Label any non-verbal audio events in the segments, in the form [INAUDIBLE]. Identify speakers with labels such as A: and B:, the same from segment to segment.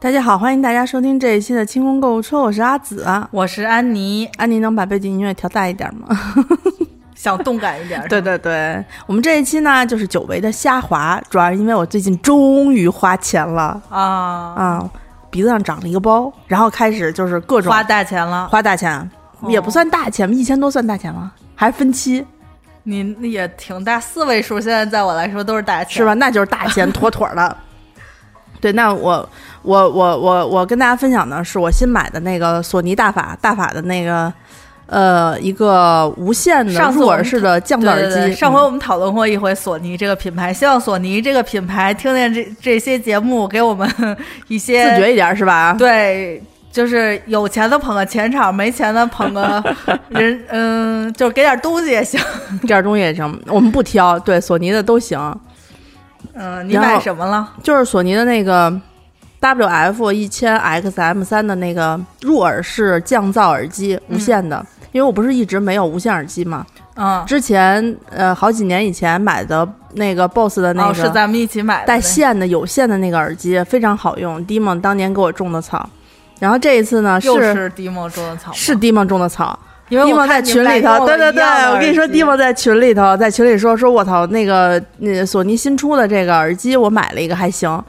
A: 大家好，欢迎大家收听这一期的清空购物车，我是阿紫。
B: 我是安妮，
A: 安妮能把背景音乐调大一点吗？
B: 想动感一点
A: [LAUGHS]
B: 儿。
A: 对对对，我们这一期呢就是久违的瞎滑，主要是因为我最近终于花钱了
B: 啊，
A: 啊、鼻子上长了一个包，然后开始就是各种
B: 花大钱了，
A: 花哦大钱，也不算大钱，一千多算大钱吗？还是分期
B: 你你也挺大，四位数现在在我来说都是大钱，
A: 是吧？？那就是大
B: [LAUGHS]
A: 钱，妥妥的。对，那我我我我我跟大家分享的是我新买的那个索尼大法大法的那个呃一个无线的
B: 上次
A: 入
B: 我们
A: 耳式的降
B: 对
A: 噪耳
B: 对
A: 机。
B: 对，上回
A: 嗯
B: 我们讨论过一回索尼这个品牌，希望索尼这个品牌听见这这些节目，给我们 [LAUGHS] 一些
A: 嗯自觉一点是吧？
B: 对，就是有钱的捧个钱场，没钱的捧个
A: [LAUGHS]
B: 人，嗯，就是给点东西也行。
A: 这点东西也行，我们不挑，对索尼的都行。
B: 嗯，你
A: 然后
B: 买什么了？
A: 就是索尼的那个 WF 一千 XM 三的那个入耳式降噪耳机，无线的。因为我不是一直没有无线耳机嘛，
B: 嗯，
A: 之前呃好几年以前买的那个 BOSS 的那
B: 哦，是
A: 个
B: 咱们一起买的
A: 带
B: 那个
A: 线的有线的那个耳机非常好用，Dimon 当年给我种的草，然后这一次呢
B: 又
A: 是
B: 是 Dimo 种的草吗，
A: 是 Dimon 种的草，
B: 因为
A: 蒂
B: 我
A: 莫
B: 看
A: 在
B: 你
A: 群
B: 们
A: 里
B: 俩
A: 头，
B: 用
A: 对对
B: 了一
A: 对，
B: 样的
A: 我跟你说，
B: 耳机
A: 蒂莫在群里头，在群里说说，我操，那个那索尼新出的这个耳机，我买了一个还行，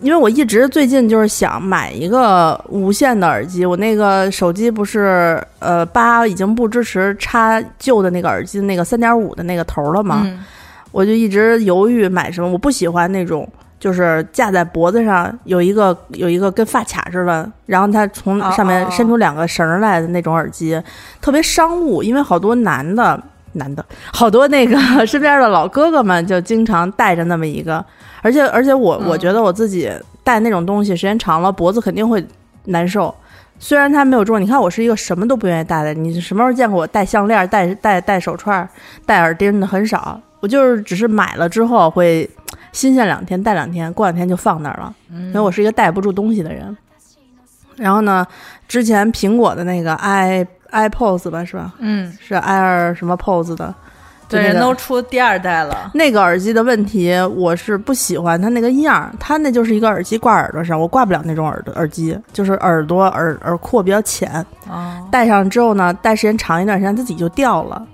A: 因为我一直最近就是想买一个无线的耳机，我那个手机不是呃八已经不支持插旧的那个耳机那个三点五的那个头了嘛，
B: 嗯
A: 我就一直犹豫买什么，我不喜欢那种。就是架在脖子上有一个有一个跟发卡似的，然后它从
B: 哦
A: 上面
B: 哦
A: 伸出两个绳儿来的那种耳机，特别商务。因为好多男的男的，好多那个 [LAUGHS] 身边的老哥哥们就经常带着那么一个，而且而且我
B: 嗯
A: 我觉得我自己戴那种东西时间长了，脖子肯定会难受。虽然它没有重，你看我是一个什么都不愿意戴的，你什么时候见过我戴项链、戴戴戴手串、戴耳钉的很少，我就是只是买了之后会新鲜两天，戴两天，过两天就放那儿了。因为我是一个戴不住东西的人。然后呢，之前苹果的那个 i iPods 吧，是吧？
B: 嗯，
A: 是 Air 什么 Pods 的，就
B: 对，
A: 那
B: 人
A: 个
B: 都出第二代了。
A: 那个耳机的问题，我是不喜欢它那个样儿，它那就是一个耳机挂耳朵上，我挂不了那种耳朵耳机，就是耳朵耳耳廓比较浅，
B: 哦，
A: 戴上之后呢，戴时间长一段时间，它自己就掉了。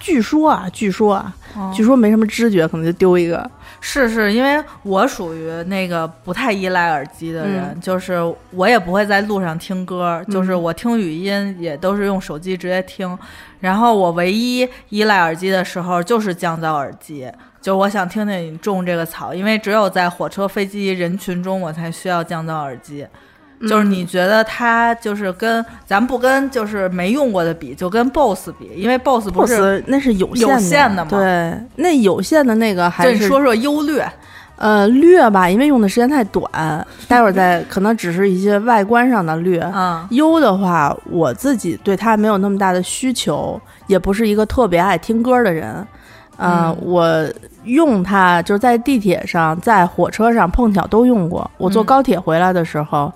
A: 据说啊，据说啊，
B: 哦
A: 据说没什么知觉，可能就丢一个。
B: 是是，因为我属于那个不太依赖耳机的人，
A: 嗯
B: 就是我也不会在路上听歌，就是我听语音也都是用手机直接听。然后我唯一依赖耳机的时候就是降噪耳机，就我想听听你种这个草，因为只有在火车、飞机人群中我才需要降噪耳机。嗯
A: 嗯
B: 就是你觉得它就是跟咱不跟就是没用过的比，就跟 BOSS 比，因为 BOSS 不是
A: BOSS 那是有线
B: 有线的吗
A: 对，那有线的那个
B: 就
A: 还
B: 你
A: 是
B: 说说优劣，
A: 呃略吧，因为用的时间太短，待会儿再可能只是一些外观上的略。
B: 嗯
A: 优的话，我自己对它没有那么大的需求，也不是一个特别爱听歌的人。呃、
B: 嗯
A: 我用它就是在地铁上、在火车上碰巧都用过。我坐
B: 嗯
A: 高铁回来的时候，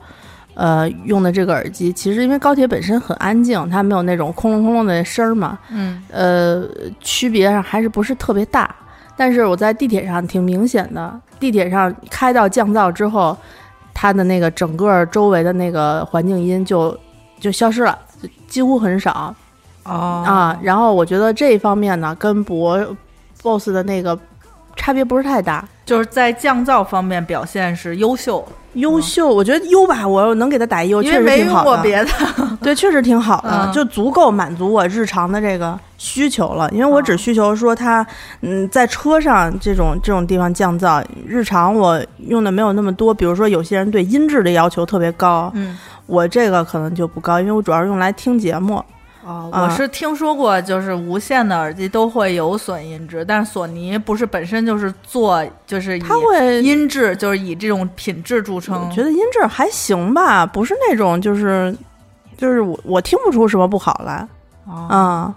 A: 呃，用的这个耳机，其实因为高铁本身很安静，它没有那种空隆空隆的声儿嘛，
B: 嗯
A: 呃，区别上还是不是特别大。但是我在地铁上挺明显的，地铁上开到降噪之后，它的那个整个周围的那个环境音就就消失了，就几乎很少
B: 哦
A: 啊。然后我觉得这一方面呢，跟博 BOSS 的那个差别不是太大。
B: 就是在降噪方面表现是优秀，
A: 优秀，我觉得优吧，我能给它打一优，
B: 因
A: 哦确
B: 为
A: 实
B: 没
A: 挺
B: 用
A: 好
B: 过
A: 的。
B: 别的。
A: 对，确实挺好的，
B: 嗯
A: 就足够满足我日常的这个需求了。因为我只需求说它，嗯，在车上这种这种地方降噪，日常我用的没有那么多。比如说有些人对音质的要求特别高，
B: 嗯，
A: 我这个可能就不高，因为我主要是用来听节目。
B: 哦，
A: 啊
B: 我是听说过，就是无线的耳机都会有损音质，但是索尼不是本身就是做就是以
A: 它会，
B: 音质就是以这种品质著
A: 我
B: 称。
A: 觉得音质还行吧，不是那种就是就是我我听不出什么不好来。
B: 哦
A: 啊、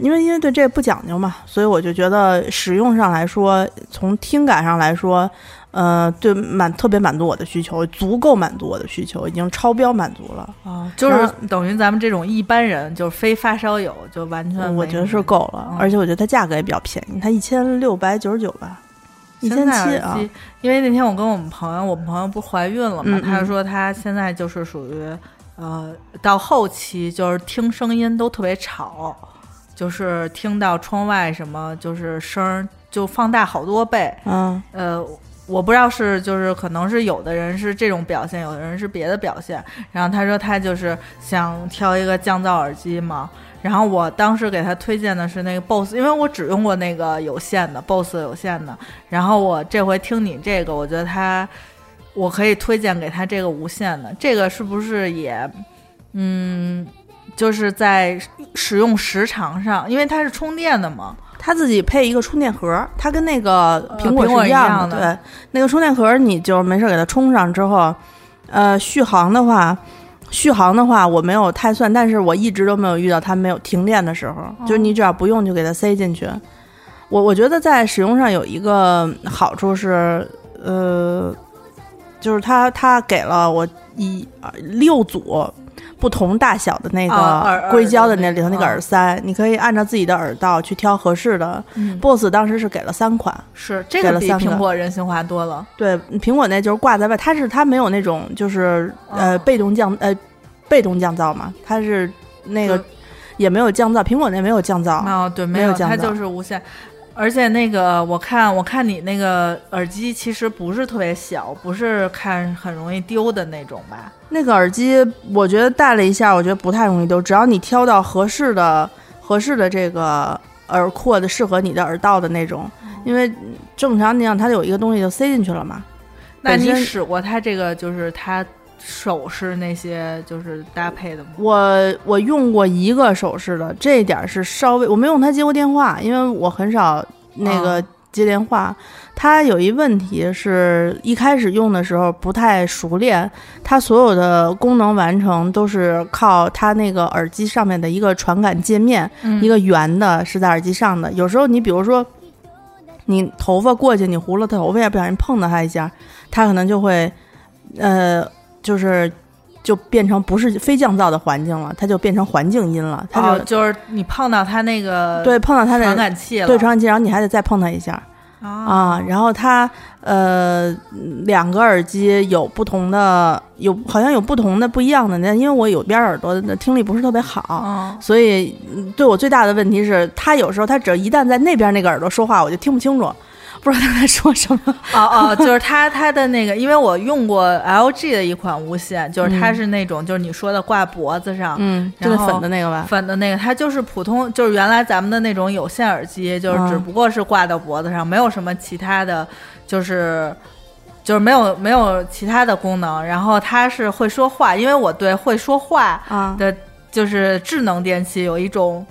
A: 因为因为对这个不讲究嘛，所以我就觉得使用上来说，从听感上来说，呃，对满特别满足我的需求，足够满足我的需求，已经超标满足了，
B: 哦，就
A: 然
B: 是
A: 后
B: 等于咱们这种一般人，就是非发烧友，就完全没
A: 我觉得
B: 什
A: 是
B: 么
A: 够了。
B: 嗯
A: 而且我觉得它价格也比较便宜，它一千六百九十九吧，一
B: 现
A: 千
B: 在
A: 七
B: 耳
A: 啊
B: 机，，因为那天我跟我们朋友，我们朋友不是怀孕了嘛
A: 嗯，嗯
B: 她说她现在就是属于呃，到后期就是听声音都特别吵，就是听到窗外什么就是声儿就放大好多倍，
A: 嗯
B: 呃，我不知道是就是可能是有的人是这种表现，有的人是别的表现。然后他说他就是想挑一个降噪耳机嘛。然后我当时给他推荐的是那个 BOSS，因为我只用过那个有线的 BOSS 有线的。然后我这回听你这个，我觉得他我可以推荐给他这个无线的，这个是不是也嗯？就是在使用时长上，因为它是充电的嘛，
A: 它自己配一个充电盒，它跟那个苹
B: 呃苹果
A: 是
B: 一
A: 样
B: 样
A: 的。
B: 的
A: 对，那个充电盒你就没事给它充上之后，呃，续航的话，续航的话我没有太算，但是我一直都没有遇到它没有停电的时候，
B: 哦
A: 就是你只要不用就给它塞进去。我我觉得在使用上有一个好处是，呃，就是它它给了我一呃六组不同大小的那
B: 啊耳
A: 个
B: 耳
A: 硅胶的
B: 的
A: 那
B: 那啊
A: 里头那
B: 个
A: 个耳塞，你可以按照自己的耳道去挑合适的。
B: 嗯，
A: BOSS 当时是给了三款，
B: 是这
A: 给
B: 个
A: 了
B: 比
A: 三个
B: 苹果人性化多了。
A: 对，苹果那就是挂在外，它是它没有那种就是呃
B: 哦
A: 被动降呃被动降噪嘛，它是那个
B: 就
A: 也没有降噪，苹果那没有降噪，
B: 嗯啊、对，
A: 没
B: 没
A: 有降
B: 它
A: 噪
B: 就是无线。而且那个，我看我看你那个耳机其实不是特别小，不是看很容易丢的那种吧？
A: 那个耳机我觉得戴了一下，我觉得不太容易丢，只要你挑到合适的合适的这个耳廓的适合你的耳道的那种，因为正常你想它有一个东西就塞进去了嘛，
B: 那
A: 本
B: 你
A: 身
B: 使过它这个，就是它首饰那些就是搭配的吗？
A: 我我用过一个手势的，这一点是稍微我没用它接过电话，因为我很少那个
B: 哦
A: 接电话。它有一问题是一开始用的时候不太熟练，它所有的功能完成都是靠它那个耳机上面的一个传感界面，
B: 嗯
A: 一个圆的是在耳机上的。有时候你比如说你头发过去，你糊了头发，不小心碰到它一下，它可能就会呃就是。就变成不是非降噪的环境了，它就变成环境音了。它就、
B: 哦，就是你碰到它那个
A: 对碰到它
B: 传
A: 的
B: 感器了，
A: 对传感器，然后你还得再碰它一下
B: 啊，
A: 啊。然后它呃两个耳机有不同的，有好像有不同的不一样的。那因为我有边耳朵的听力不是特别好，
B: 嗯，
A: 所以嗯对我最大的问题是，他有时候他只要一旦在那边那个耳朵说话，我就听不清楚，不知道他在说什么。
B: 哦哦，就是它它的那个，因为我用过 LG 的一款无线，就是它
A: 嗯
B: 是那种、就是你说的挂脖子上，
A: 嗯，就
B: 然
A: 是
B: 后
A: 粉的那个吧。
B: 粉的那个，它就是普通，就是原来咱们的那种有线耳机，就是
A: 嗯
B: 只不过是挂到脖子上，没有什么其他的，就是就是没有没有其他的功能。然后它是会说话，因为我对会说话
A: 啊，
B: 的，就是智能电器有一种，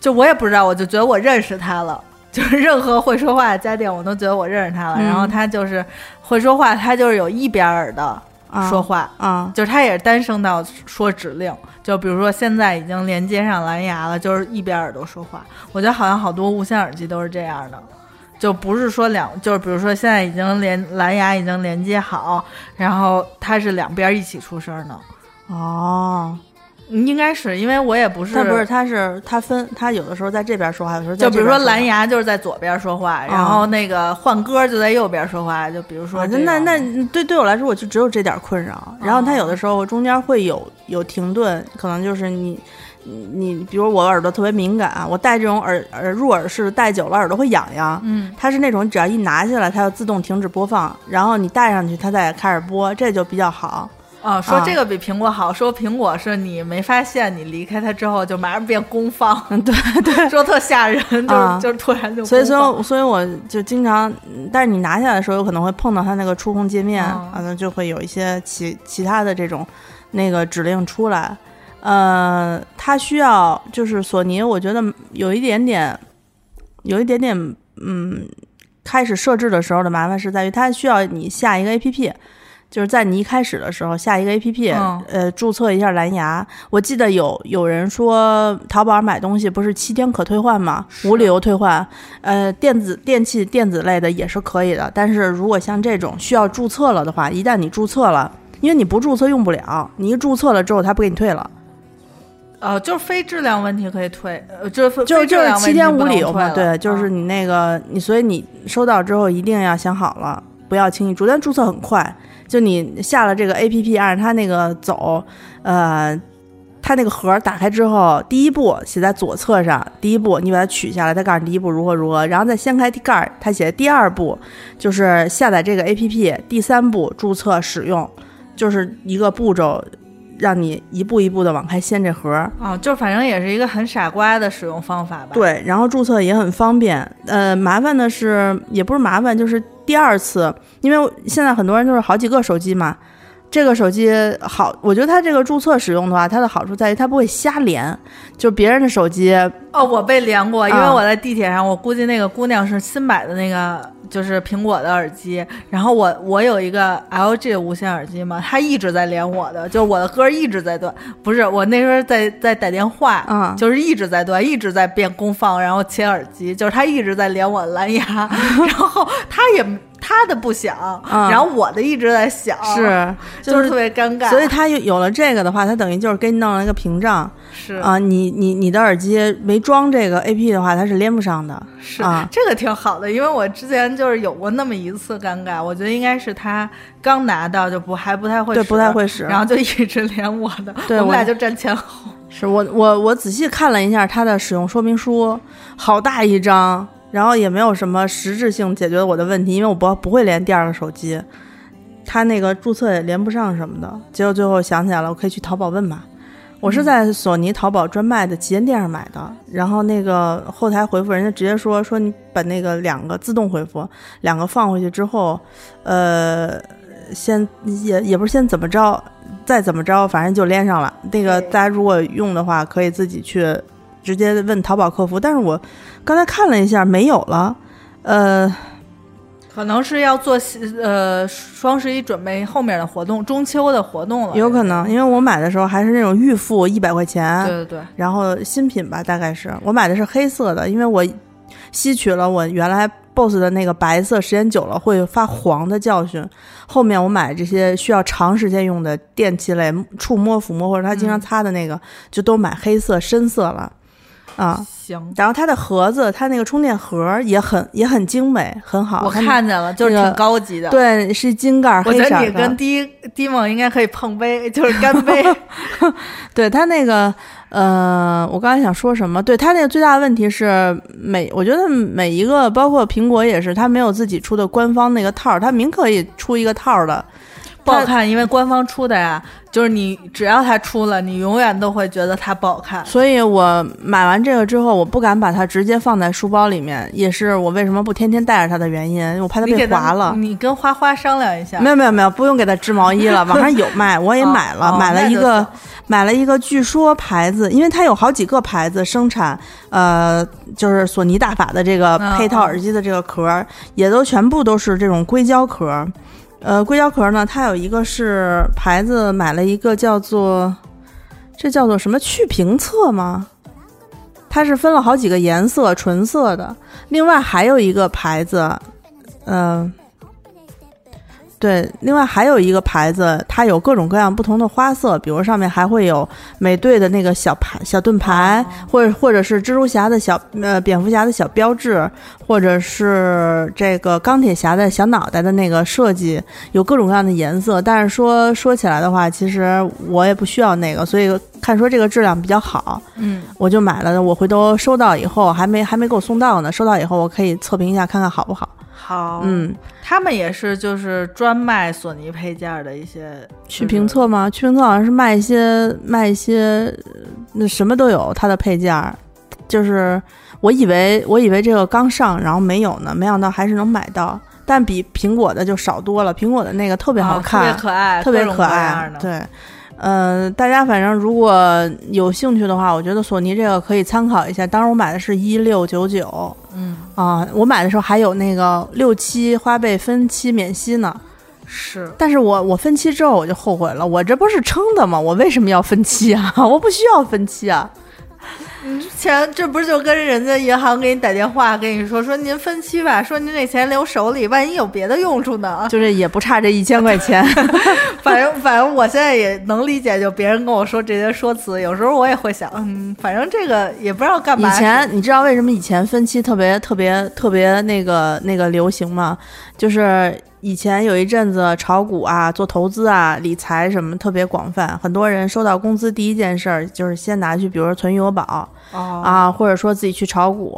B: 就我也不知道，我就觉得我认识它了。 [LAUGHS] 就是任何会说话的家电，我都觉得我认识它了。
A: 嗯
B: 然后它就是会说话，它就是有一边耳的
A: 啊
B: 说话，
A: 啊，
B: 就是它也是单声道说指令，就比如说现在已经连接上蓝牙了，就是一边耳朵说话。我觉得好像好多无线耳机都是这样的，就不是说两，就是比如说现在已经连蓝牙已经连接好，然后它是两边一起出声的，
A: 哦，
B: 应该是因为我也不是，
A: 但不是，他是他分，他有的时候在这边说话，有时候在
B: 就比如
A: 这边
B: 说
A: 说
B: 蓝牙就是在左边说话，然后那个换歌就在右边说话，就比如
A: 话。
B: 说
A: 啊，
B: 这哦
A: 那
B: 样
A: 那那对对我来说，我就只有这点困扰。然后他有的时候中间会有有停顿，可能就是你你你，比如我耳朵特别敏感，啊我戴这种耳耳入耳式戴久了耳朵会痒痒，
B: 嗯
A: 它是那种只要一拿下来，它就自动停止播放，然后你戴上去，它再开始播，这就比较好。
B: 啊，说
A: 啊
B: 这个比苹果好，说苹果是你没发现，你离开它之后就马上变功放，
A: 嗯，对对。
B: 说特吓人，就是、
A: 啊
B: 就是突然就
A: 所以，
B: 公放
A: 所以，所以我就经常，嗯但是你拿下来的时候，有可能会碰到它那个触控界面，
B: 哦
A: 可能就会有一些其其他的这种那个指令出来。呃，它需要就是索尼，我觉得有一点点，有一点点，嗯，开始设置的时候的麻烦是在于它需要你下一个 APP，就是在你一开始的时候下一个 APP，、
B: 嗯
A: 呃，注册一下蓝牙。我记得有有人说淘宝上买东西不是七天可退换吗？
B: 是
A: 无理由退换，呃，电子电器电子类的也是可以的，但是如果像这种需要注册了的话，一旦你注册了，因为你不注册用不了，你一注册了之后，它不给你退了。
B: 呃，就是非质量问题可以退，呃，就是
A: 就
B: 非质
A: 就是
B: 量问
A: 七
B: 题
A: 天
B: 不
A: 无
B: 能
A: 理由
B: 退
A: 嘛，
B: 了啊嗯
A: 对，就是你那个你，所以你收到之后一定要想好了，不要轻易注册。但注册很快，就你下了这个 A P P，按着它那个走，呃，它那个盒儿打开之后，第一步写在左侧上，第一步你把它取下来，它告诉你第一步如何如何，然后再掀开盖儿，它写第二步就是下载这个 A P P，第三步注册使用，就是一个步骤，让你一步一步的往开掀这盒儿。
B: 啊，就反正也是一个很傻瓜的使用方法吧。，
A: 对，然后注册也很方便。呃，麻烦的是也不是麻烦，就是第二次，因为现在很多人都是好几个手机嘛。这个手机好，我觉得它这个注册使用的话，它的好处在于它不会瞎连，就别人的手机
B: 哦，我被连过，因为
A: 啊
B: 我在地铁上，我估计那个姑娘是新买的那个，就是苹果的耳机。然后我我有一个 LG 无线耳机嘛，她一直在连我的，就是我的歌一直在断，不是我那时候在在打电话，
A: 嗯
B: 就是一直在断，一直在变功放，然后切耳机，就是她一直在连我
A: [LAUGHS]
B: 蓝牙，然后她也她的不响，
A: 嗯
B: 然后我的一直在响，
A: 是， [LAUGHS]
B: 就
A: 就是
B: 特别尴尬，
A: 所以它有有了这个的话，它等于就是给你弄了一个屏障
B: 是
A: 啊、你你你的耳机没装这个 A P 的话，它是连不上的。
B: 是、
A: 啊
B: 这个挺好的，因为我之前就是有过那么一次尴尬，我觉得应该是他刚拿到就不还不太会
A: 对
B: 使
A: 不太会使
B: 然后就一直连我的，
A: [LAUGHS] 对
B: 我们
A: 我
B: 俩就站前后。
A: 是我我我仔细看了一下它的使用说明书，好大一张，然后也没有什么实质性解决我的问题，因为我不不会连第二个手机，它那个注册也连不上什么的。结果最后想起来了，我可以去淘宝问嘛。我是在索尼淘宝专卖的旗舰店上买的，然后那个后台回复人家直接说说你把那个两个自动回复两个放回去之后，呃，先也也不是先怎么着，再怎么着，反正就连上了。那个
B: 对
A: 大家如果用的话，可以自己去直接问淘宝客服。但是我刚才看了一下，没有了。呃，
B: 可能是要做呃双十一准备后面的活动，中秋的活动了，
A: 有可能，因为我买的时候还是那种预付一百块钱，
B: 对对对，
A: 然后新品吧，大概是我买的是黑色的，因为我吸取了我原来 BOSS 的那个白色，时间久了会发黄的教训。后面我买这些需要长时间用的电器类，触摸、抚摸或者他经常擦的那个，就都买黑色、深色了。啊，
B: 行，
A: 然后它的盒子，它那个充电盒也很也很精美，很好。
B: 我
A: 它那
B: 看见了，就是
A: 那个
B: 挺高级的。
A: 对是金盖儿
B: [LAUGHS] 我
A: 黑
B: 觉
A: 色
B: 得
A: 的。
B: 你跟迪迪梦应该可以碰杯，就是干
A: [LAUGHS]
B: 杯。
A: 对他那个，呃，我刚才想说什么？对他那个最大的问题是每，我觉得每一个，包括苹果也是，他没有自己出的官方那个套儿，他明可以出一个套儿的，
B: 不好
A: 它
B: 看， [LAUGHS] 因为官方出的呀，就是你只要它出了，你永远都会觉得它不好看。
A: 所以我买完这个之后，我不敢把它直接放在书包里面，也是我为什么不天天带着它的原因，因为我怕它
B: 你
A: 被
B: 给
A: 划
B: 他
A: 了。
B: 你跟花花商量一下，
A: 没有没有没有，不用给它织毛衣
B: [LAUGHS]
A: 了，网上有卖，我也
B: 哦
A: 买了，
B: 哦
A: 买了
B: 那
A: 一
B: 就
A: 个
B: 行
A: 买了一个，据说牌子，因为它有好几个牌子生产，呃，就是索尼大法的这个
B: 嗯
A: 配套耳机的这个壳儿，也都全部都是这种硅胶壳儿。呃，硅胶壳儿呢，它有一个是牌子买了一个叫做这叫做什么去评测吗？它是分了好几个颜色，纯色的。另外还有一个牌子，嗯、对，另外还有一个牌子，它有各种各样不同的花色，比如上面还会有美队的那个小牌、小盾牌，或者或者是蜘蛛侠的小呃蝙蝠侠的小标志，或者是这个钢铁侠的小脑袋的那个设计，有各种各样的颜色。但是说说起来的话，其实我也不需要那个，所以看说这个质量比较好，
B: 嗯，
A: 我就买了。我回头收到以后，还没还没给我送到呢，收到以后我可以测评一下，看看好不好。
B: 好，，
A: 嗯，
B: 他们也是就是专卖索尼配件儿的一些
A: 去评，测吗？去评测好像是卖一些卖一些，呃那什么都有，它的配件儿。就是我以为我以为这个刚上，然后没有呢，没想到还是能买到，但比苹果的就少多了。苹果的那个特
B: 就是
A: 别好看，
B: 啊特别可爱，
A: 特别可
B: 各
A: 爱
B: 种各样。的
A: 对，呃，大家反正如果有兴趣的话，我觉得索尼这个可以参考一下。当时我买的是一六九九
B: 嗯，
A: 啊，我买的时候还有那个六期花呗分期免息呢。
B: 是。
A: 但是我我分期之后我就后悔了，我这不是撑的吗？我为什么要分期啊？ [LAUGHS] 我不需要分期啊！
B: 之前这不是就跟人家银行给你打电话，跟你说说您分期吧，说您这钱留手里，万一有别的用处呢？ [LAUGHS]
A: 就是也不差这一千块钱。
B: 反正反正我现在也能理解，就别人跟我说这些说辞，有时候我也会想，嗯，反正这个也不知道干
A: 以
B: 嘛。
A: 前你知道为什么以前分期特别特别特别那个那个流行吗？就是以前有一阵子炒股啊、做投资啊、理财什么特别广泛，很多人收到工资第一件事儿就是先拿去，比如说存余额宝、
B: 哦，
A: 啊，或者说自己去炒股，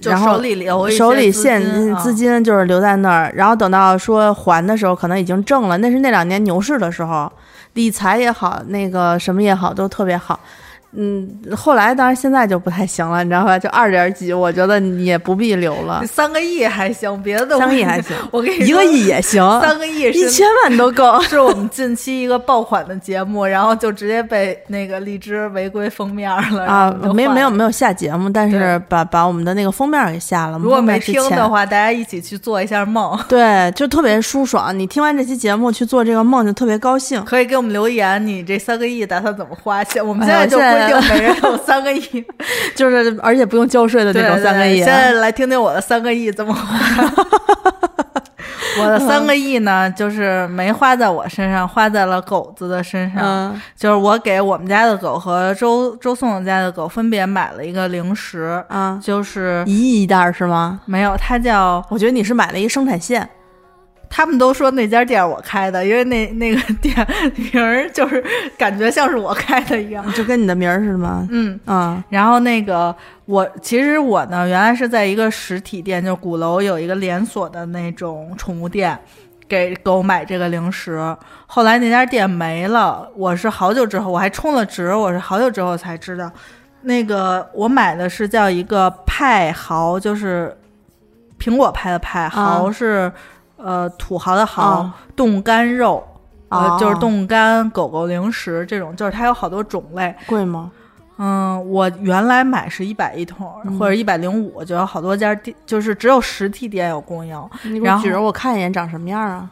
B: 就
A: 然后
B: 手里留一些
A: 手里
B: 资
A: 现
B: 金啊，
A: 资金就是留在那儿，然后等到说还的时候，可能已经挣了。那是那两年牛市的时候，理财也好，那个什么也好，都特别好。嗯，后来当然现在就不太行了，你知道吧？就二点几，我觉得你也不必留了
B: [LAUGHS] 三个亿还行，别的我
A: 三个亿还行，
B: [LAUGHS] 我跟你说
A: 一个亿也行，
B: 三个亿
A: 一
B: 是
A: 千万都够。
B: [LAUGHS] 是我们近期一个爆款的节目，然后就直接被那个荔枝违规封面了
A: 啊，没没。
B: 然后就换
A: 有
B: 了
A: 没有下节目，但是
B: 对
A: 把把我们的那个封面儿给下了。
B: 如果没
A: 封
B: 听
A: 面之前
B: 的话，大家一起去做一下梦，
A: 对，就特别舒爽。你听完这期节目去做这个梦，就特别高兴。
B: 可以给我们留言，你这三个亿打算怎么花？现我们现
A: 哎
B: 在
A: 呦现在
B: 就规定每人有三
A: [LAUGHS]
B: 个亿，
A: 就是而且不用交税的
B: 对
A: 那种三个
B: 对
A: 亿
B: 对。现在来听听我的三个亿怎么花。
A: [LAUGHS]
B: 我的三个亿呢，就是没花在我身上，花在了狗子的身上。
A: 嗯，
B: 就是我给我们家的狗和周周颂家的狗分别买了一个零食，
A: 啊，
B: 就是
A: 一亿一袋儿是吗？
B: 没有，它叫
A: 我觉得你是买了一生产 [LAUGHS] 线，
B: 他们都说那家店我开的，因为那那个店名儿就是感觉像是我开的一样。
A: 就跟你的名儿似的吗？
B: 嗯，
A: 啊，
B: 然后那个我其实我呢，原来是在一个实体店，就鼓楼有一个连锁的那种宠物店，给狗买这个零食。后来那家店没了，我是好久之后，我还充了值，我是好久之后才知道，那个我买的是叫一个派豪，就是苹果派的派，豪是、呃土豪的豪，
A: 啊
B: 冻干肉。
A: 哦
B: 呃，就是冻干狗狗零食这种，就是它有好多种类，
A: 贵吗？
B: 嗯，我原来买是一百一桶，
A: 嗯
B: 或者一百零五，就有好多家店，就是只有实体店有供应。
A: 你
B: 然后
A: 举着我看一眼，长什么样啊？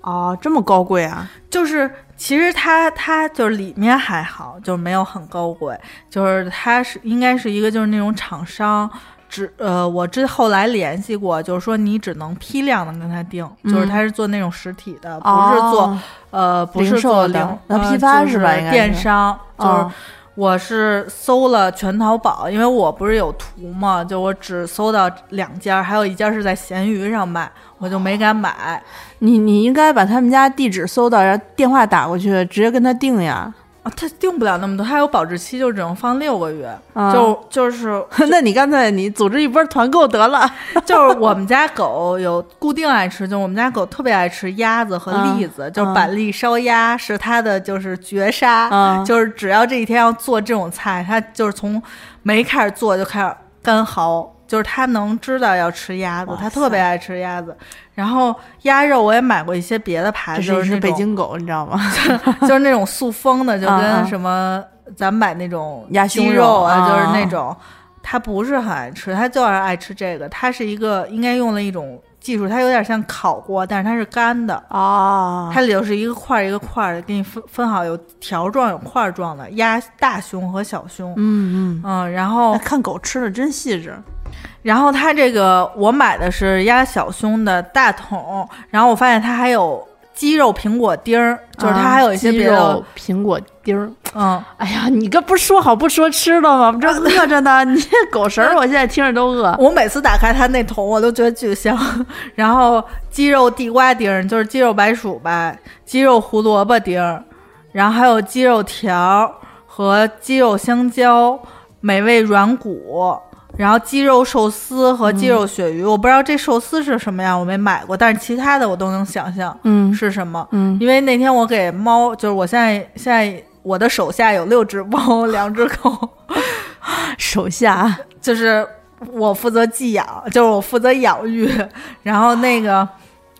A: 哦，这么高贵啊！
B: 就是其实它它就是里面还好，就是没有很高贵，就是它是应该是一个就是那种厂商。只呃，我之后来联系过，就是说你只能批量的跟他订，就是他是做那种实体的，不是做、
A: 嗯哦
B: 呃不
A: 零
B: 是
A: 售的
B: 做零
A: 那
B: 呃
A: 批发
B: 就是
A: 吧应该
B: 电
A: 是
B: 商就是
A: 哦
B: 我是搜了全淘宝，因为我不是有图嘛，就我只搜到两家，还有一家是在闲鱼上卖，我就没敢买。
A: 你你应该把他们家地址搜到，然后电话打过去，直接跟他定 [LAUGHS] 呀。
B: 啊，它定不了那么多，它有保质期，就只能放六个月。
A: 啊
B: 就就是
A: 那你干脆你组织一波团购得了。
B: 就是我们家狗有固定爱吃，就我们家狗特别爱吃鸭子和
A: 嗯
B: 栗子，就是板栗烧鸭是它的就是绝杀，
A: 嗯
B: 就是只要这一天要做这种菜，它就是从没开始做就开始干嚎。就是它能知道要吃鸭子
A: 哇，塞
B: 它特别爱吃鸭子。然后鸭肉我也买过一些别的牌
A: 这
B: 子，
A: 是
B: 就
A: 一
B: 是
A: 只
B: 那
A: 北
B: 种
A: 京狗，你知道吗？ [LAUGHS]
B: 就是那种塑封的，就
A: 嗯
B: 跟
A: 嗯
B: 什么咱买那种
A: 鸭
B: 鸡
A: 胸肉
B: 肉啊，
A: 嗯
B: 就是那种，他不是很爱吃，他就是爱吃这个。它是一个应该用了一种技术，它有点像烤过，但是它是干的，
A: 哦，
B: 它里头是一个块儿一个块儿的，给你分分好，有条状有块儿状的鸭大胸和小胸。
A: [LAUGHS] 嗯嗯，
B: 嗯，然
A: 那
B: 后，
A: 看狗吃的真细致。
B: 然后它这个我买的是鸭小胸的大桶，然后我发现它还有鸡肉苹果丁儿，就是它还有一些
A: 啊鸡
B: 别的，
A: 肉苹果丁儿。
B: 嗯，
A: 哎呀，你这不是说好不说吃的吗？这饿着呢，你这狗食儿，我现在听着都饿。
B: [LAUGHS] 我每次打开它那桶，我都觉得巨香。 [LAUGHS] 然后鸡肉地瓜丁儿，就是鸡肉白薯吧，鸡肉胡萝卜丁儿，然后还有鸡肉条儿和鸡肉香蕉，美味软骨。然后鸡肉寿司和鸡肉鳕鱼，我不知道这寿司是什么样，我没买过，但是其他的我都能想象
A: 嗯
B: 是什么。
A: 嗯，
B: 因为那天我给猫，就是我现在现在我的手下有六只猫，两只狗，
A: [LAUGHS] 手下
B: 就是我负责寄养，就是我负责养育， [LAUGHS] 然后那个。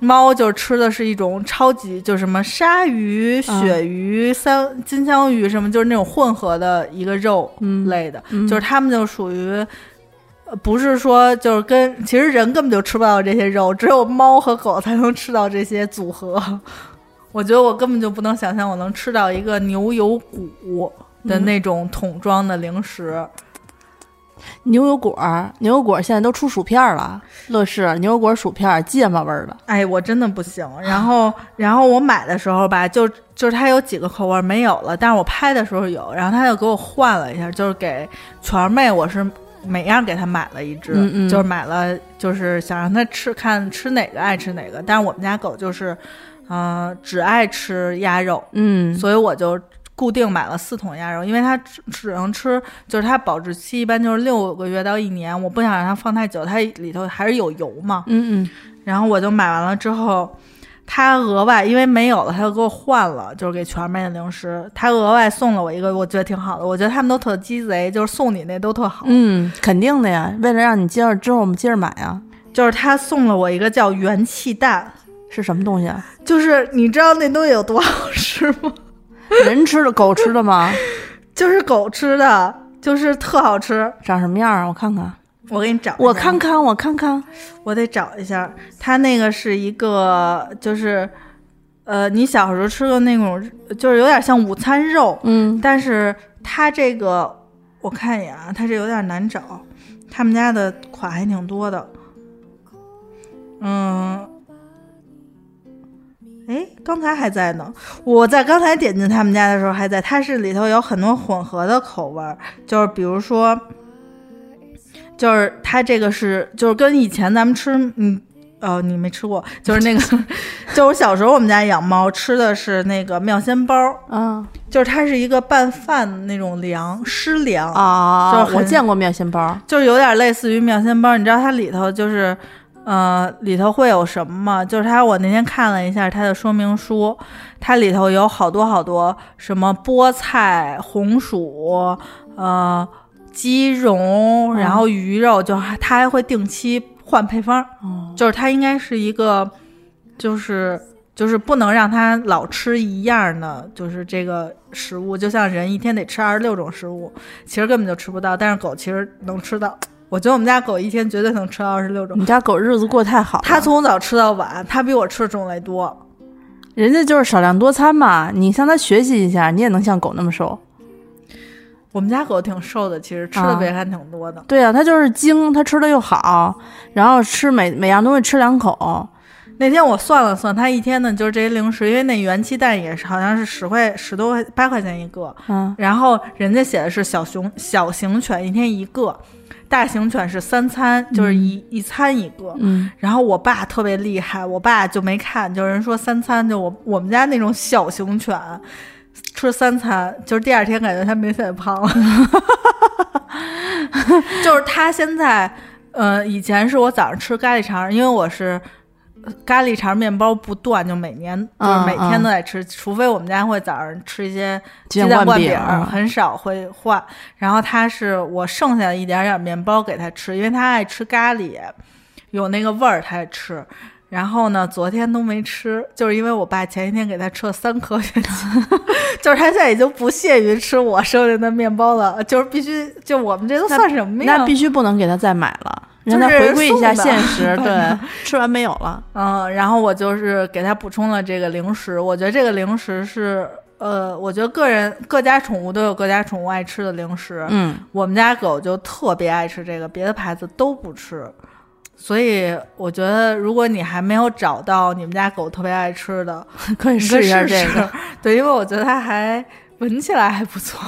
B: 猫就吃的是一种超级，就什么鲨鱼、
A: 嗯
B: 鳕鱼、三金枪鱼什么，就是那种混合的一个肉类的，
A: 嗯
B: 就是它们就属于，呃不是说就是跟其实人根本就吃不到这些肉，只有猫和狗才能吃到这些组合。 [LAUGHS] 我觉得我根本就不能想象我能吃
A: 嗯
B: 到一个牛油骨的那种桶装的零食，
A: 牛油果儿，牛油果儿现在都出薯片儿了，乐事牛油果儿薯片儿芥末味儿的，
B: 哎，我真的不行。然后，然后我买的时候吧，就就是它有几个口味没有了，但是我拍的时候有，然后他又给我换了一下，就是给全儿妹，我是每样给她买了一只，
A: 嗯嗯
B: 就是买了，就是想让她吃，看吃哪个爱吃哪个。但是我们家狗就是，嗯、只爱吃鸭肉，
A: 嗯，
B: 所以我就固定买了四桶鸭肉，因为它只只能吃，就是它保质期一般就是六个月到一年，我不想让它放太久，它里头还是有油嘛。
A: 嗯嗯，
B: 然后我就买完了之后，他额外因为没有了，他就给我换了，就是给全妹的零食，他额外送了我一个，我觉得挺好的。我觉得他们都特鸡贼，就是送你那都特好。
A: 嗯，肯定的呀，为了让你接着之后我们接着买啊，
B: 就是他送了我一个叫元气蛋，
A: 是什么东西啊？
B: 就是你知道那东西有多好吃吗？
A: 人吃的，狗吃的吗？
B: 就是狗吃的，就是特好吃。
A: 长什么样啊？我看看，
B: 我给你找一下，
A: 我看看，我看看，
B: 我得找一下，它那个是一个，就是，呃，你小时候吃的那种，就是有点像午餐肉，
A: 嗯
B: 但是它这个我看一眼啊，它这有点难找，他们家的款还挺多的，嗯。哎，刚才还在呢。我在刚才点进他们家的时候还在，它是里头有很多混合的口味儿，就是比如说，就是它这个是就是跟以前咱们吃，嗯，哦，你没吃过，就是那个， [LAUGHS] 就是我小时候我们家养猫吃的是那个妙鲜包，
A: 啊
B: 就是它是一个拌饭的那种凉湿凉，
A: 啊
B: 就是很
A: 我见过面线包，
B: 就是有点类似于妙鲜包。你知道它里头就是，呃，里头会有什么吗？就是它，我那天看了一下它的说明书，它里头有好多好多什么菠菜、红薯，呃，鸡茸，然后鱼肉，就还它还会定期换配方。
A: 哦，
B: 就是它应该是一个，就是就是不能让它老吃一样的，就是这个食物，就像人一天得吃二十六种食物，其实根本就吃不到，但是狗其实能吃到。我觉得我们家狗一天绝对能吃到二十六种，
A: 你家狗日子过太好了，
B: 它从早吃到晚，它比我吃的种类多。
A: 人家就是少量多餐嘛，你向它学习一下，你也能像狗那么瘦。
B: 我们家狗挺瘦的，其实吃的
A: 啊
B: 维还挺多的。
A: 对呀、啊，它就是精，它吃的又好，然后吃每每样东西吃两口，
B: 那天我算了算，它一天呢就是这些零食，因为那元气蛋也是好像是十块十多块八块钱一个，
A: 嗯，
B: 然后人家写的是小熊小型犬一天一个，大型犬是三餐，就是一、一餐一个。
A: 嗯，
B: 然后我爸特别厉害，我爸就没看，就有人说三餐，就我我们家那种小型犬吃三餐，就是第二天感觉它明显
A: [LAUGHS]
B: 胖了，就是它现在，呃，以前是我早上吃咖喱肠，因为我是。呃咖喱肠面包不断，就每年就是
A: 嗯
B: 每天
A: 嗯
B: 都在吃，除非我们家会早上吃一些
A: 鸡
B: 鸡蛋
A: 蛋
B: 灌
A: 灌
B: 饼
A: 饼
B: 儿很少会换。然后它是我剩下的一点点面包给它吃，因为它爱吃咖喱，有那个味儿它也吃。然后呢，昨天都没吃，就是因为我爸前一天给他吃了三颗元气， [LAUGHS] 就是他现在已经不屑于吃我剩下的面包了，就是必须就我们这都算什么呀？啊
A: 那必须不能给它再买了，让它
B: 就是
A: 回归一下
B: 送的
A: 现 [LAUGHS] 实。对，吃完没有了，
B: 嗯，然后我就是给他补充了这个零食，我觉得这个零食是，呃，我觉得个人各家宠物都有各家宠物爱吃的零食，
A: 嗯，
B: 我们家狗就特别爱吃这个，别的牌子都不吃，所以我觉得如果你还没有找到你们家狗特别爱吃的，
A: [LAUGHS] 可以
B: 你可
A: 试
B: 以
A: 一下
B: 试
A: 这个。
B: 试，对，因为我觉得它还闻起来还不错，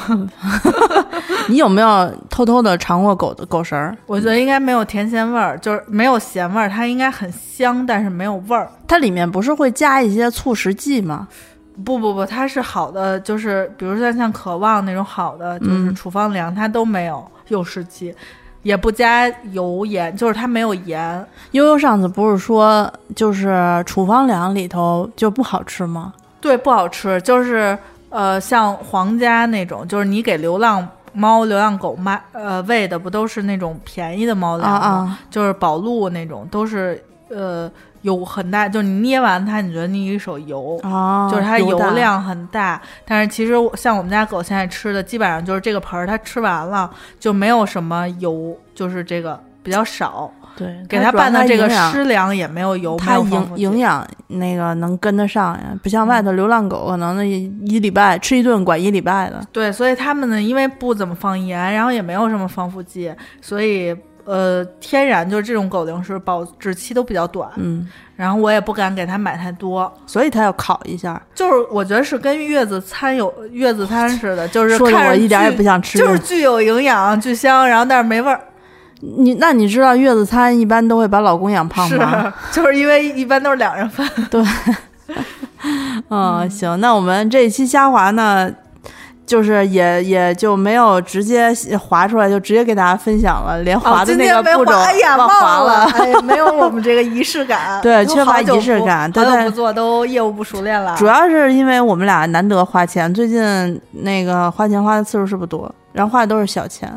A: [LAUGHS] 你有没有偷偷的尝过狗的狗食儿？
B: 我觉得应该没有甜咸味儿，就是没有咸味儿，它应该很香，但是没有味儿。
A: 它里面不是会加一些促食剂吗？
B: 不不不，它是好的，就是比如说像渴望那种好的，就是
A: 嗯
B: 处方粮，它都没有诱食剂，也不加油盐，就是它没有盐。
A: 悠悠上次不是说就是处方粮里头就不好吃吗？
B: 对，不好吃，就是呃，像皇家那种，就是你给流浪猫、流浪狗卖呃喂的，不都是那种便宜的
A: 啊
B: 猫粮吗？
A: 啊，
B: 就是宝路那种，都是呃有很大，就是你捏完它，你觉得你一手油，
A: 哦，
B: 就是它油
A: 大，
B: 量很大，但是其实我像我们家狗现在吃的，基本上就是这个盆儿，它吃完了就没有什么油，就是这个比较少。
A: 对，
B: 给
A: 它
B: 它拌
A: 的
B: 的这个湿粮也没有油，没
A: 它
B: 有防腐
A: 营
B: 剂
A: 营养那个能跟得上呀，不像
B: 嗯
A: 外头流浪狗，可能那一一礼拜吃一顿管一礼拜的。
B: 对，所以他们呢，因为不怎么放盐，然后也没有什么防腐剂，所以呃，天然就是这种狗零食保质期都比较短。
A: 嗯，
B: 然后我也不敢给它买太多，
A: 所以它要烤一下，
B: 就是我觉得是跟月子餐有月子餐似的，就是
A: 说的
B: 看
A: 我
B: 着
A: 一点也
B: 巨
A: 不想吃。
B: 就是具有营养、巨香，然后但是没味儿，
A: 你，那你知道月子餐一般都会把老公养胖
B: 是啊
A: 吗？
B: 就是因为一般都是两人份。
A: 嗯，行，那我们这一期虾滑呢，就是也也就没有直接滑出来，就直接给大家分享了，连滑
B: 哦
A: 的
B: 今
A: 那
B: 天
A: 个
B: 没
A: 步骤
B: 滑，哎呀，
A: 忘滑 [LAUGHS]
B: 忘了，。哎，没有我们这个仪式感，
A: 对
B: 都
A: 缺乏
B: 好久
A: 仪式
B: 不
A: 感
B: 好
A: 对
B: 久
A: 对
B: 不做，都业务不熟练了。
A: 主要是因为我们俩难得花钱，最近那个花钱花的次数是不多，然后花的都是小钱。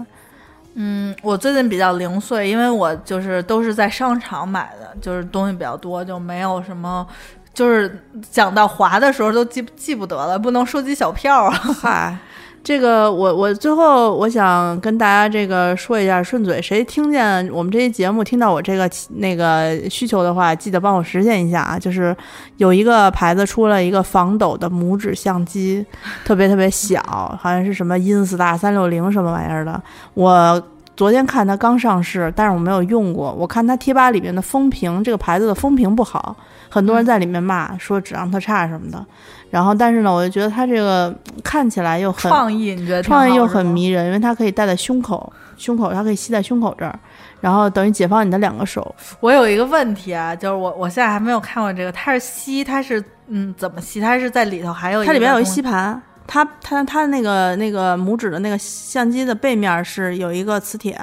B: 嗯，我最近比较零碎，因为我就是都是在商场买的，就是东西比较多，就没有什么。就是讲到滑的时候都记不记不得了，不能收集小票啊。
A: 嗨，这个我我最后我想跟大家这个说一下，顺嘴，谁听见我们这期节目，听到我这个那个需求的话，记得帮我实现一下啊！就是有一个牌子出了一个防抖的拇指相机，特别特别小，好像是什么 Insta 三六零什么玩意儿的，我。昨天看它刚上市，但是我没有用过。我看它贴吧里面的风评，这个牌子的风评不好，很多人在里面骂说质量特差什么的。然后，但是呢，我就觉得它这个看起来又很
B: 创意你觉得挺
A: 创意
B: 好
A: 又
B: 是
A: 很
B: 吗，
A: 迷人，因为它可以戴在胸口，胸口它可以系在胸口这儿，然后等于解放你的两个手。
B: 我有一个问题啊，就是我我现在还没有看过这个，它是吸，它是嗯怎么吸？它是在里头还哦有
A: 它里边有一吸
B: 吸，
A: 盘，它它它那个那个拇指的那个相机的背面是有一个磁铁，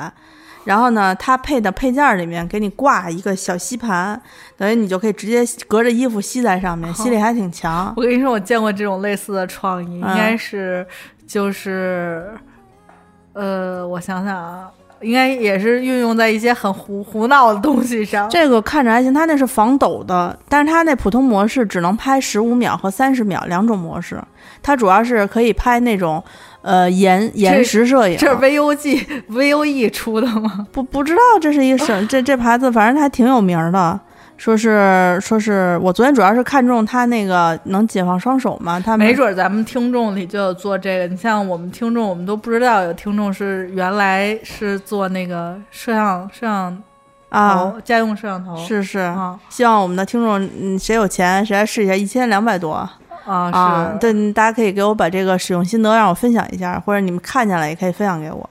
A: 然后呢，它配的配件儿里面给你挂一个小吸盘，等于你就可以直接隔着衣服吸在上面，吸力还挺强。
B: 我跟你说，我见过这种类似的创意，应
A: 嗯
B: 该是就是呃，我想想啊，应该也是运用在一些很胡胡闹的东西上。
A: 这个看着还行，它那是防抖的，但是它那普通模式只能拍十五秒和三十秒两种模式。它主要是可以拍那种呃延延时摄影，
B: 这是 V O G V O E 出的吗？
A: 不不知道这是一什这这牌子，反正还挺有名儿的。说是说是我昨天主要是看中它那个能解放双手嘛，它
B: 没准儿咱们听众里就有做这个。你像我们听众，我们都不知道有听众是原来是做那个摄像摄像
A: 啊，
B: 头，家用摄像头
A: 是是。
B: 啊
A: 希望我们的听众，嗯，谁有钱谁来试一下，一千两百多
B: 啊
A: 啊！
B: 是，
A: 对，大家可以给我把这个使用心得让我分享一下，或者你们看见了也可以分享给我。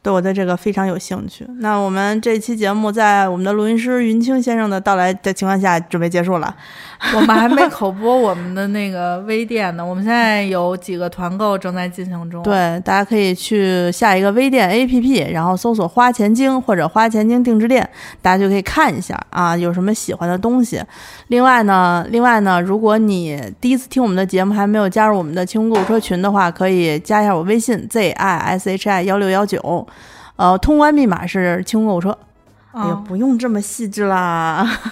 A: 对我对这个非常有兴趣。那我们这期节目在我们的录音师云清先生的到来的情况下，准备结束了。
B: 我们还没口播我们的那个微店呢，我们现在有几个团购正在进行中。，
A: 对，大家可以去下一个微店 APP，然后搜索“花钱精”或者“花钱精定制店”，大家就可以看一下啊，有什么喜欢的东西。另外呢，另外呢，如果你第一次听我们的节目还没有加入我们的清空购物车群的话，可以加一下我微信 z i s h i 幺六幺九，呃，通关密码是清空购物车。哎呀
B: 啊，，
A: 不用这么细致啦， [LAUGHS]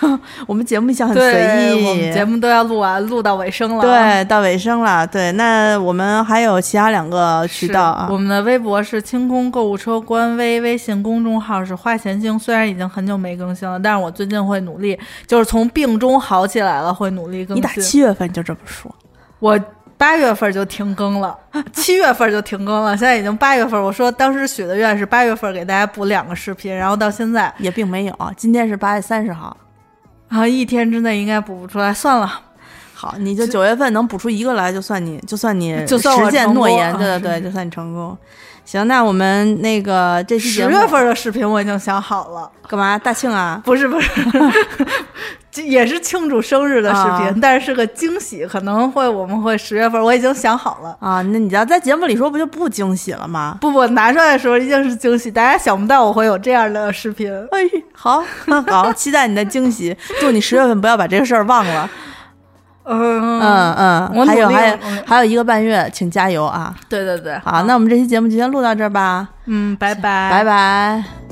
A: 我们节目一向很随
B: 对，
A: 意，
B: 我们节目啊都要录完，录到尾声了。。
A: 对到尾声了。对，那我们还有其他两个渠道啊
B: 是。我们的微博是清空购物车官微，微信公众号是花钱精。虽然已经很久没更新了，但是我最近会努力，就是从病中好起来了，会努力更
A: 你打
B: 新。
A: 七月份就这么说，
B: 我八月份就停更了，七月份就停更了，现在已经八月份。我说当时许的愿是八月份给大家补两个视频，然后到现在
A: 也并没有。啊今天是八月三十号，
B: 然后一天之内应该补不出来，算了，
A: 好，你就九月份能补出一个来，就算你就算你
B: 就算我
A: 实践
B: 成功
A: 诺言，
B: 啊
A: 对对对，
B: [LAUGHS]
A: 就算你成功。行，那我们那个这期节
B: 十
A: 目
B: 月份的视频我已经想好了，
A: 干嘛？大庆啊，
B: [LAUGHS] 不是不是，这也是庆祝生日的视频，
A: 啊
B: 但是是个惊喜，可能会我们会十月份，我已经想好了。
A: 啊，那你要在节目里说，不就不惊喜了吗？
B: 不不，拿出来的时候一定是惊喜，大家想不到我会有这样的视频。
A: 哎，好
B: [LAUGHS]
A: 好，期待你的惊喜。祝你十月份不要把这个事儿忘了。
B: 嗯
A: 嗯嗯，
B: 我
A: 还有
B: 努力
A: 还有
B: 我
A: 还有一个半月，请加油啊！
B: 对对对，
A: 好，那我们这期节目就先录到这儿吧，
B: 嗯，拜拜，
A: 拜拜。